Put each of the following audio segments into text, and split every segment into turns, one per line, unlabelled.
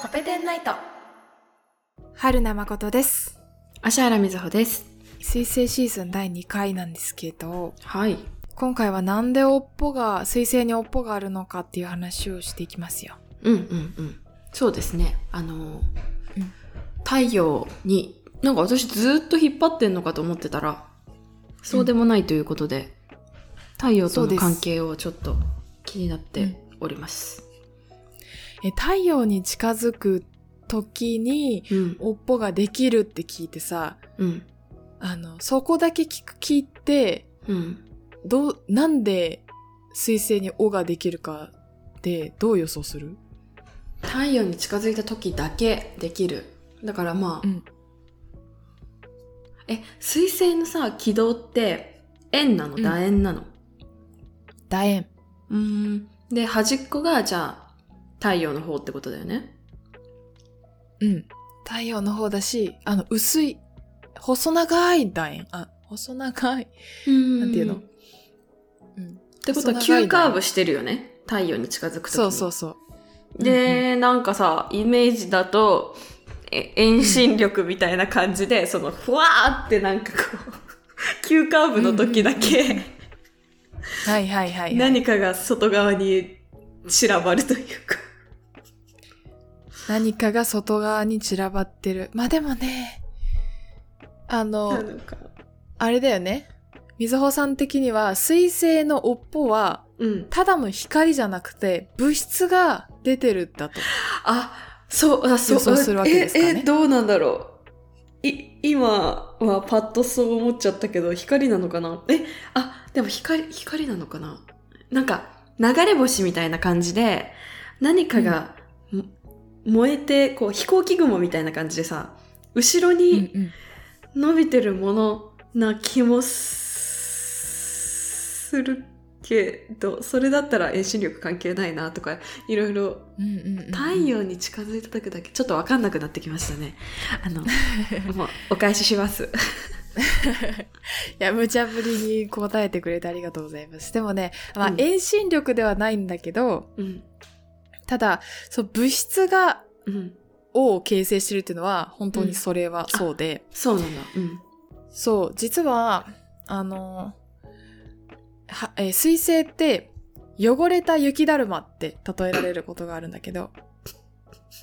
コペテンナイト
春名誠です
芦原瑞穂です
水星シーズン第2回なんですけど
はい
今回はなんで尾っぽが水星に尾っぽがあるのかっていう話をしていきますよ
うんうんうんそうですねあの、
うん
太陽になんか私ずっと引っ張ってんのかと思ってたらそうでもないということで、太陽と
そうで
の
す
関係をちょっと気になっております
え太陽に近づく時に
うん
尾っぽができるって聞いてさ
うん
あのそこだけ聞く聞いて
うん
どうなんで水星に尾ができるかってどう予想する
太陽に近づいた時だけできるだからまあ、
うん
え水星のさ軌道って円なの
うん
楕円なの、
楕円
うーん。で、端っこが、じゃあ、太陽の方ってことだよね。
うん太陽の方だしあの薄い細長い楕円あ細長い、
うん
なんていうの、うん、
ってことは、
細長い
急
ね
カーブしてるよね。太陽に近づくときに。
そうそうそう
で、なんかさ、イメージだと、え遠心力みたいな感じで、その、ふわーってなんかこう、 急カーブの時だけ、
はいはいはい、はい、
何かが外側に散らばるというか。
何かが外側に散らばってるまあでもね
な
あの
のか。
あれだよねみずほさん的には水星の尾っぽは
うん。
ただの光じゃなくて物質が出てるんだと
あ、そう、あ、そう、
予想するわけですかね
え、え、どうなんだろう。い、今はパッとそう思っちゃったけど、光なのかなえ、あ、でも光、光なのかななんか、流れ星みたいな感じで、何かが、も燃えて、こう、飛行機雲みたいな感じでさ、後ろに
うん
伸びてるものな気もすするけど、それだったら遠心力関係ないなとか、いろいろ
うんうんうん
太陽に近づいた時だけちょっと分かんなくなってきましたね。あ のもうお返しします。
いや無茶ぶりに答えてくれてありがとうございますでもね、まあ
う、ん
遠心力ではないんだけど
うん
ただそう物質が
うん
尾を形成してるっていうのは本当にそれはそうで、
そうなんだ。うん
そう、実は、あの、はえー水星って、汚れた雪だるまって例えられることがあるんだけど、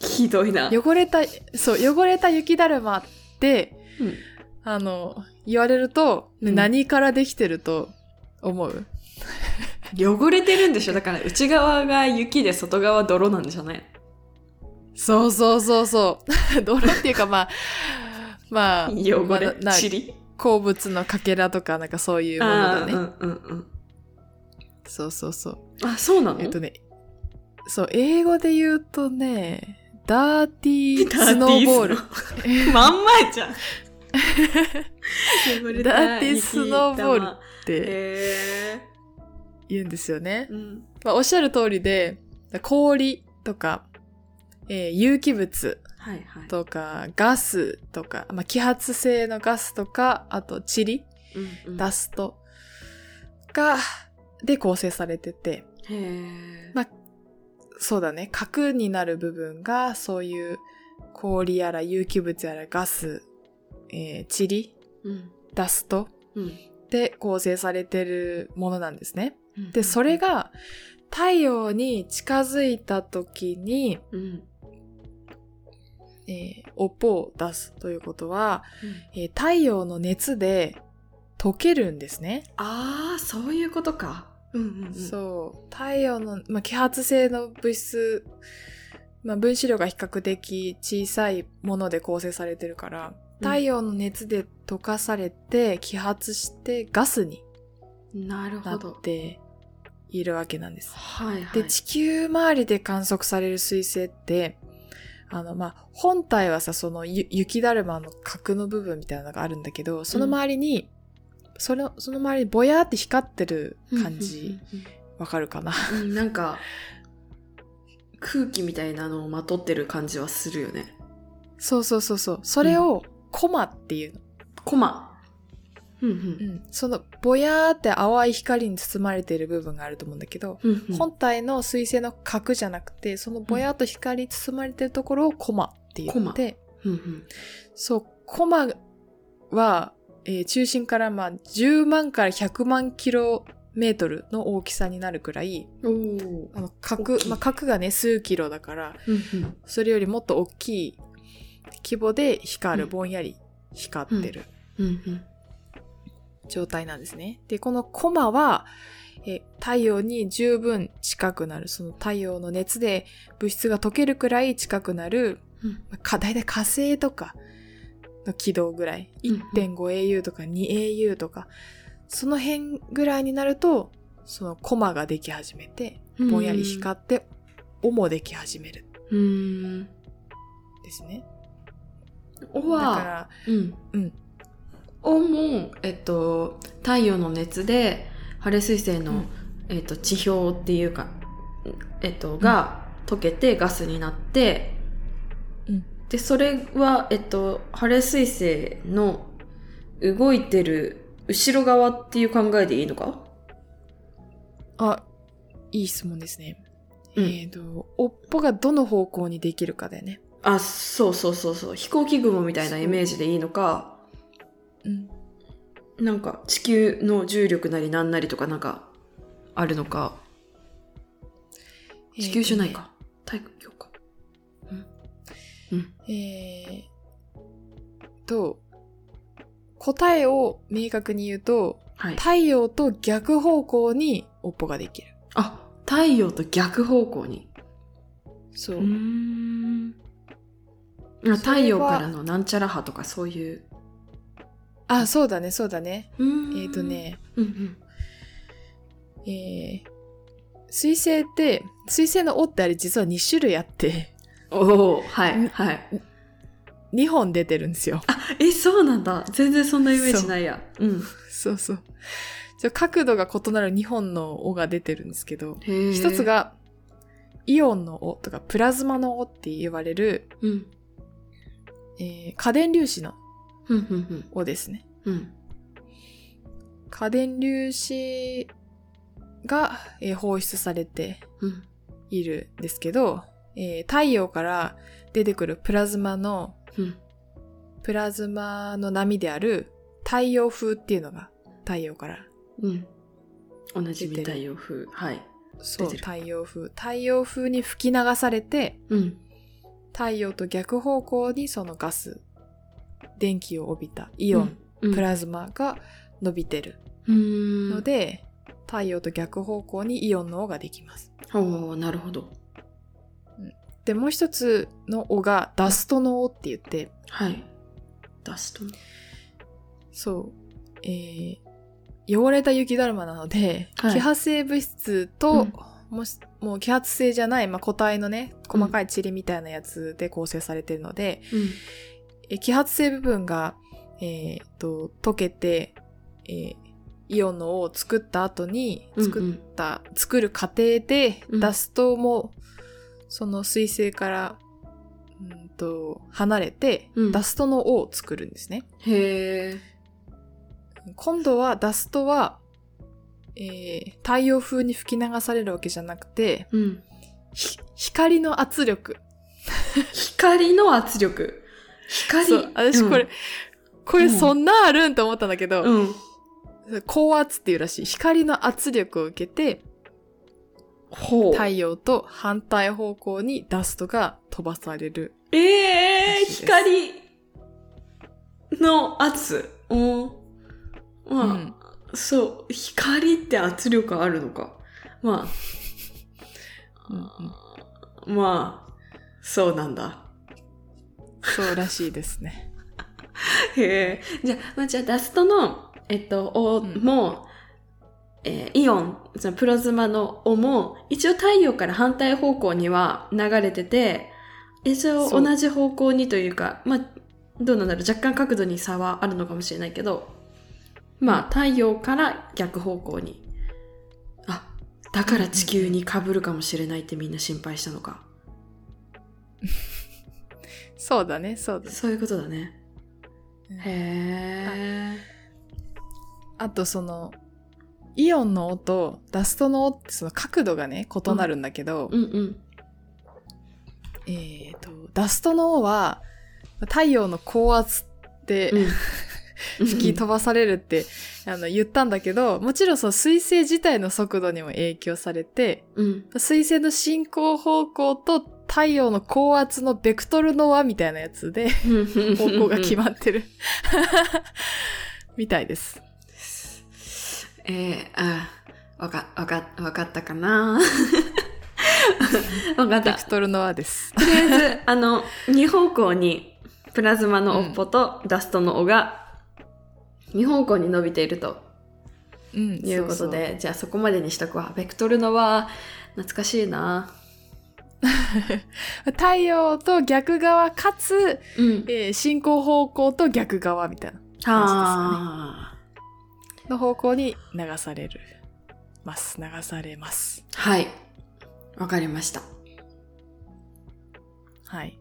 ひどいな。
汚れた、そう、汚れた雪だるまって、
うん
あの、言われると、
うん
何からできてると思う
汚れてるんでしょ。だから内側が雪で外側泥なんでしょうね。
そうそうそうそう。 泥っていうか、まあ、まあ、
汚れ
まあな
塵。
鉱物のかけらとか、なんかそういうもの
あ
だ
あ
ね。
うんうんうん。
そうそうそう。
あそうなの。
えっとね、そう、英語で言うとね、ダーティ ー
ダティ
スノーボール。
スノー。 まんまじゃん。汚れた
ダーティースノーボー
雪
ルっ
玉。
て
へ
言うんですよね
え。。うん
まあ、おっしゃる通りで、氷とか、えー有機物
はいはい。
とか、ガスとか、まあ、揮発性のガスとか、あと、塵、
うんうん
ダストが、で構成されてて、
へえ。
まそうだね、核になる部分が、そういう氷やら有機物やらガス、えー、塵、
うん
ダスト
うん
で構成されてるものなんですね。
うん
で、それが太陽に近づいた時に、
うん
えー、おっぽを出すということは、えー太陽の熱で溶けるんですね。
ああそういうことか。うんうんうん、
そう。太陽の、まあ、揮発性の物質、まあ、分子量が比較的小さいもので構成されてるから、
うん
太陽の熱で溶かされて、揮発してガスに
なる
な
ほ
っ
ど。
ているわけなんです。
はいはい。
で、地球周りで観測される彗星って、あの、まあ、本体はさ、そのゆ雪だるまの核の部分みたいなのがあるんだけど、その周りに、その、その周りにぼやーって光ってる感じ、わかるかな
うんうんうん。うんなんか空気みたいなのをまとってる感じはするよね。
そうそうそうそう。それを、コマっていうの。
コマ。うんう。
うんん、そのぼやーって淡い光に包まれている部分があると思うんだけど、
うんうん
本体の水星の核じゃなくてそのぼやーっと光に包まれているところをコマって言って
うんうん
そうコマは、えー中心からまあ10万から100万キロメートルの大きさになるくらい
おー
あの核
大きい
まあ、核がね数キロだから
うんうん
それよりもっと大きい規模で光る、
うん
ぼんやり光ってる。
うんうん
状態なんですね。で、このコマは、え太陽に十分近くなる、その太陽の熱で物質が溶けるくらい近くなる、
うん
まあか大体火星とかの軌道ぐらい、
うんうん
1.5au とか 2au とか、その辺ぐらいになると、そのコマができ始めて、
うん
ぼんやり光って、尾もでき始める
うーん。
んですね。
お
だ
は、
から、
うん。
うん。
をも、えっと、太陽の熱で、晴れ水星の、
うん
えっと、地表っていうか、えっと、が溶けてガスになって、
うん
で、それは、えっと、晴れ水星の動いてる後ろ側っていう考えでいいのか
あ、いい質問ですね。
うん
えっ、と、尾っぽがどの方向にできるかだよね。
あ、そうそうそうそう。飛行機雲みたいなイメージでいいのか、
うん。
なんか地球の重力なりなんなりとかなんかあるのか、地球じゃないか。太陽か。
えー。えーと、答えを明確に言うと、
はい。
太陽と逆方向に尾っぽができる。
あ、太陽と逆方向に。
そうう。
ーん。あ太陽からのなんちゃら波とかそういう。
あ、そうだね、そうだね。
うーん
えっ、と。ね、
うん
えー、水星って、水星の尾ってあれ実は2種類あって、
うん。おおはい、
ん
はい。
2本出てるんですよ。
え、そうなんだ。全然そんなイメージないや。うん。
そうそう。ちょ角度が異なる2本の尾が出てるんですけど、
へえ
一つ、がイオンの尾とかプラズマの尾って言われる、
うん。
えー家電粒子の
うん、うん、
尾ですね。
うん。うん。
家電粒子が、えー放出されて
うん。
いるんですけど、えー太陽から出てくるプラズマの、
うん。
プラズマの波である太陽風っていうのが太陽から
うん。同じみ
出てる
太陽風。はい。
そう
出てる
太陽風太陽風に吹き流されて
うん。
太陽と逆方向にそのガス電気を帯びたイオン、
うん、
プラズマが伸びてる
うん
ので、太陽と逆方向にイオンの尾ができます
おおなるほど。
でもう一つの尾がダストの尾って言って
はい。ダスト。
そうえー、汚れた雪だるまなので、
はい
揮発性物質と、もしもう揮発性じゃない、まあ、個体のね細かい塵みたいなやつで構成されてるので、
うん。
えー揮発性部分が、えーっと溶けて、えーイオンの尾を作った後に
うんう
作
ん
った、作る過程で、
うん
ダストもその水星からうんと離れて、
うん
ダストの尾を作るんですね。
へえ。
今度はダストは、えー太陽風に吹き流されるわけじゃなくて
うん。
ひ光の圧力
光の圧力。光。
そう私これ、これそんなあるんと思ったんだけど、
うん。うん。
高圧っていうらしい光の圧力を受けて
ほう。
太陽と反対方向にダストが飛ばされる
ええ
らしいです
光の圧。うん。まあ、
うん
そう。光って圧力あるのか。ま
うん
あ、まあ、そうなんだ。
そうらしいですね
へえ。じゃあ、まあ、じゃあダストの、えっと、お
うん
も、えーイオン、そのプラズマのおも、一応太陽から反対方向には流れてて、一応
そう
同じ方向にというか、まあ、どうなんだろう、若干角度に差はあるのかもしれないけど、まあ、太陽から逆方向に。あ、だから地球に被るかもしれないってみんな心配したのか。
そうだねそうだね
そういうことだね。へえ。
あとその、イオンの音とダストの音ってその角度がね、異なるんだけど、
うんうん。
えっ、と、ダストの音は、太陽の高圧って、
うん
吹き飛ばされるって、あの、言ったんだけど、もちろんその水星自体の速度にも影響されて、
うん。
水星の進行方向と太陽の高圧のベクトルの和みたいなやつで、方向が決
っ
まってる。 みたいです。
えー、あー、わか、わか、わかったか なわかっ
ベ
た
ク。トルの和です。
とりあえず、あの、2方向にプラズマの尾っぽとダストの尾が2方向に伸びていると
うん
いうことで、。じゃあそこまでにしとくわ。ベクトルのは懐かしいな。
そうそう太陽と逆側、かつ、
うん。
えー進行方向と逆側みたいな。
はあ、
の方向に流される。ます。流されます。
はい。わかりました。
はい。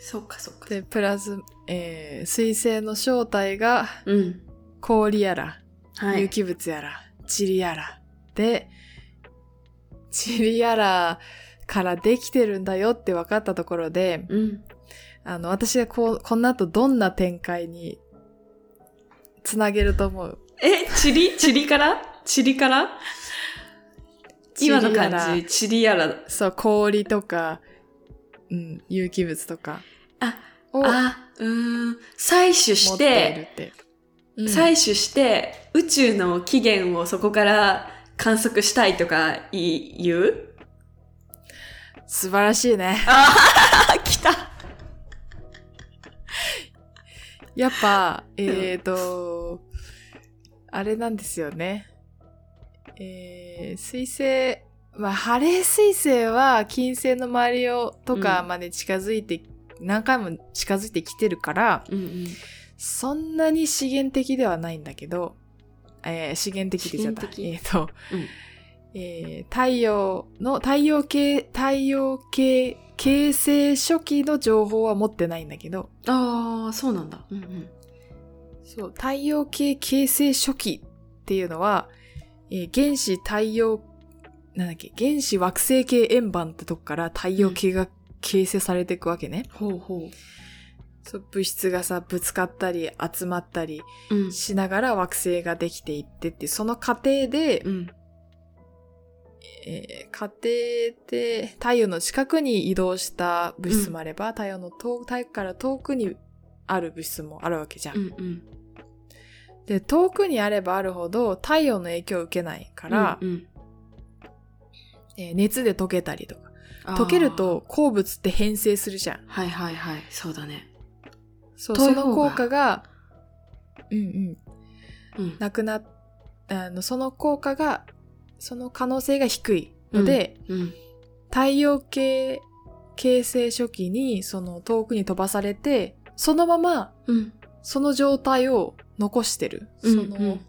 そうかそうか。
で、プラズ、えー、水星の正体が
うん。
氷やら、
はい
有。機物やら、塵やら。で、塵やらからできてるんだよって分かったところで、
うん。
あの、私がこう、この後どんな展開につなげると思う
え、チリチリからチリから今の
塵や
感
ら
じ、チリやら。
そう、氷とか、うん、有機物とか
あ、
を持
あ、うーん。採取し
っている
て、
って。うん
採取して、宇宙の起源をそこから観測したいとかい言う
素晴らしいね。
あ、来た
やっぱ、えーと、あれなんですよね。えー、水星、まあ、ハレー水星は金星の周りをとか
うん
まで近づいて、何回も近づいてきてるから、
うんうん。
そんなに資源的ではないんだけど、えー資源的って言っちゃった。
資
え
源
ーと、
うん
えー太陽の、太陽系、太陽系、形成初期の情報は持ってないんだけど、
ああ、そうなんだ。うんうん。
そう、太陽系形成初期っていうのは、えー原子太陽、なんだっけ、原子惑星系円盤ってとこから太陽系が形成されていくわけね。
ほうほ
そう、物質がさ、ぶつかったり、集まったり
う。うん。
しながら惑星ができていってって、その過程で
う、ん。
えー過程で太陽の近くに移動した物質もあれば、太陽の遠太陽から遠くにある物質もあるわけじゃん
うんうん。
で、遠くにあればあるほど太陽の影響を受けないから、
うんうん
えー熱で溶けたりとか。
あー
溶けると鉱物って変性するじゃん。
はいはいはい。そうだね。
そう
遠
そ
い方が
の効果が、うんうん、
うん。
なくなっあの、その効果が、その可能性が低いので、
うん。
太陽系形成初期にその遠くに飛ばされて、そのまま
うん。
その状態を残してる。
うん
その、
うん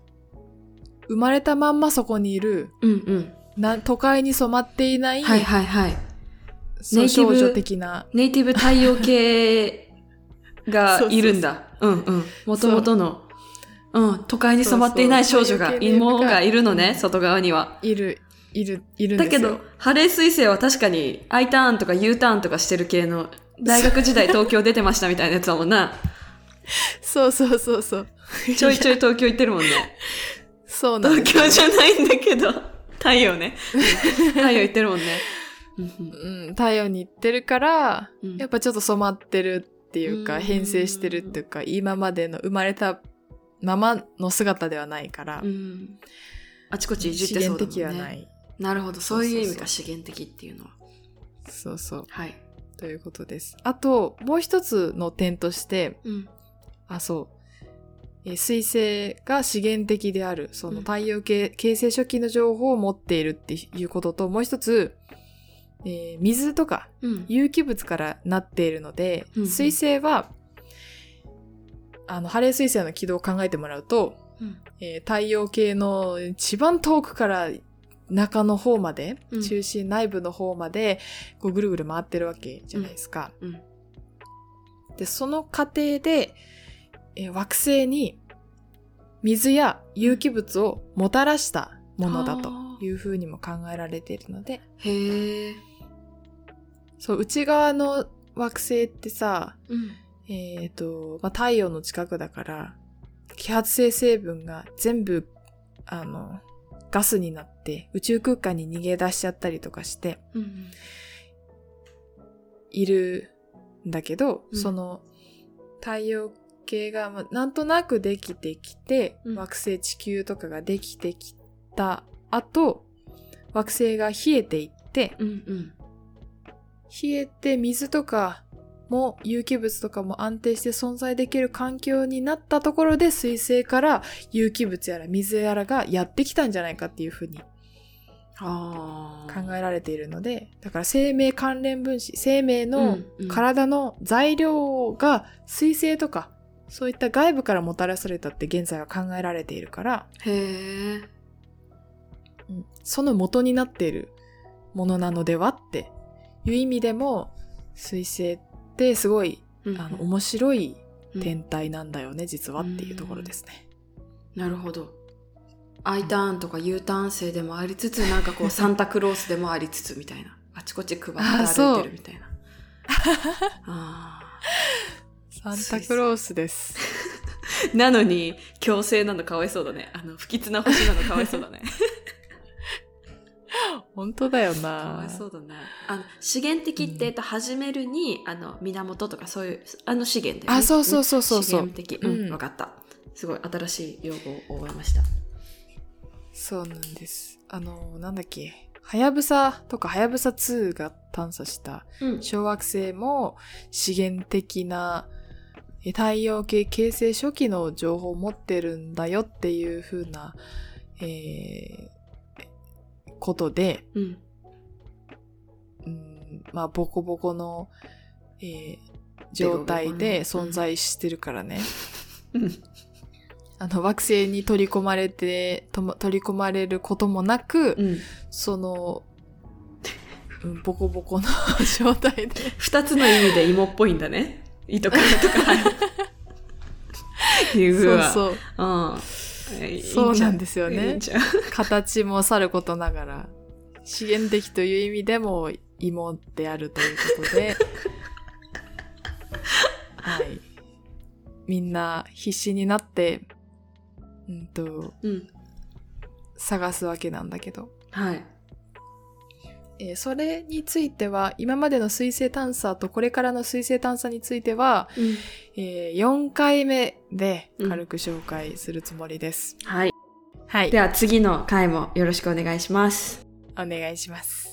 生まれたまんまそこにいる、
うんうん。
な都会に染まっていない、
はいはいはい。
そう
ネイティ
少
ブ
女的な。
ネイティブ太 陽系がいるんだ。うんうん。もともとの。うん。都会に染まっていない少女が、
そうそう太陽系ネイティブが
芋がいるのね、
うん
外側には。
いる、いる、いるん
だ
で
け
すよ。
ど、ハレー彗星は確かに I ターンとか U ターンとかしてる系の、大学時 代東京出てましたみたいなやつだもんな。
そうそうそうそう。
ちょいちょい東京行ってるもんね。
そうなん
東
です。
京じゃないんだけ ど、太陽ね。 太陽行ってるもんね。うん
うん、太陽に行ってるから、
うん
やっぱちょっと染まってるっていう
う
か、
ん
変性してるっていうか、今までの生まれたままの姿ではないから、
うん。あちこちいじ
資
ってそう
源
だもんね。
的はない。
なるほど、そういう意味
そうそうそ
か、
う
資源的っていうのは。
そうそう。
はい。
ということです。あと、もう一つの点として、
うん。
あ、そう。えー水星が資源的である、そ
うん
の太陽系、形成初期の情報を持っているっていうことと、もう一つ、えー水とか
うん。
有機物からなっているので、
うんうん
水星は、あの、ハレー水星の軌道を考えてもらうと、
うん
えー太陽系の一番遠くから中の方まで、
うん
中心内部の方まで、こうぐるぐる回ってるわけじゃないですか。
うん
で、その過程で、えー惑星に水や有機物をもたらしたものだと
あー
いうふうにも考えられているので、
へえ。
そう、内側の惑星ってさ、
うん。
えっ、と、まあ、太陽の近くだから、揮発性成分が全部、あの、ガスになって宇宙空間に逃げ出しちゃったりとかして
うん。
いるんだけど、
うん
その太陽系がまあなんとなくできてきて、
うん
惑星地球とかができてきた後、惑星が冷えていって、
うんうん。
冷えて水とかも有機物とかも安定して存在できる環境になったところで水星から有機物やら水やらがやってきたんじゃないかっていうふうに
ああ。
考えられているのでだから生命関連分子生命
う
の
んうん
体の材料が水星とかそういった外部からもたらされたって現在は考えられているから、
へえ。
うんその元になっているものなのではっていう意味でも水星ってすごい
うん
あの面白い
うん
天体なんだよね、実はっていうところですね。
なるほど。I ターンとか U ターン生でもありつ つ、なんかこう、サンタクロースでもありつつみたいな。あちこち配って
あ
歩
そう
いてるみたいな。あ
サンタクロースです。
ーなのに、強制なのかわいそうだね。あの、不吉な星なのかわいそうだ ね。
本当だよ
かわ。
ない
そうだね。あの、資源的って、えっと、始めるに、あの、源とかそういう、あの資源で、ね。
あ、そうそうそうそうそ
資
う。
源的。うん、
うん
わかった。すごい、新しい用語を覚えました。
そうなんです。あの、なんだっけ。はやぶさとかはやぶさ2が探査した
うん。
小惑星も資源的なえ太陽系形成初期の情報を持ってるんだよっていう風な、えーことで、
うん。
うんまあ、ボコボコの、えー状態で存在してるからね。
うん。
あの、惑星に取り込まれて、とも取り込まれることもなく、
うん。
その、うん、ボコボコの 状態で、
二つの意味で芋っぽいんだ ね。糸かとか。いう具
そう
は。う
そう、
んいいじゃ。
そうなんですよね
いいじゃん
形もさることながら、資源的という意味でも芋であるということ で、はい。みんな必死になって、うんと、
うん。
探すわけなんだけど、
はい。
えーそれについては今までの水星探査とこれからの水星探査については、
うん
えー4回目で軽く紹介するつもりです、
はい。
はい
では次の回もよろしくお願いします。
お願いします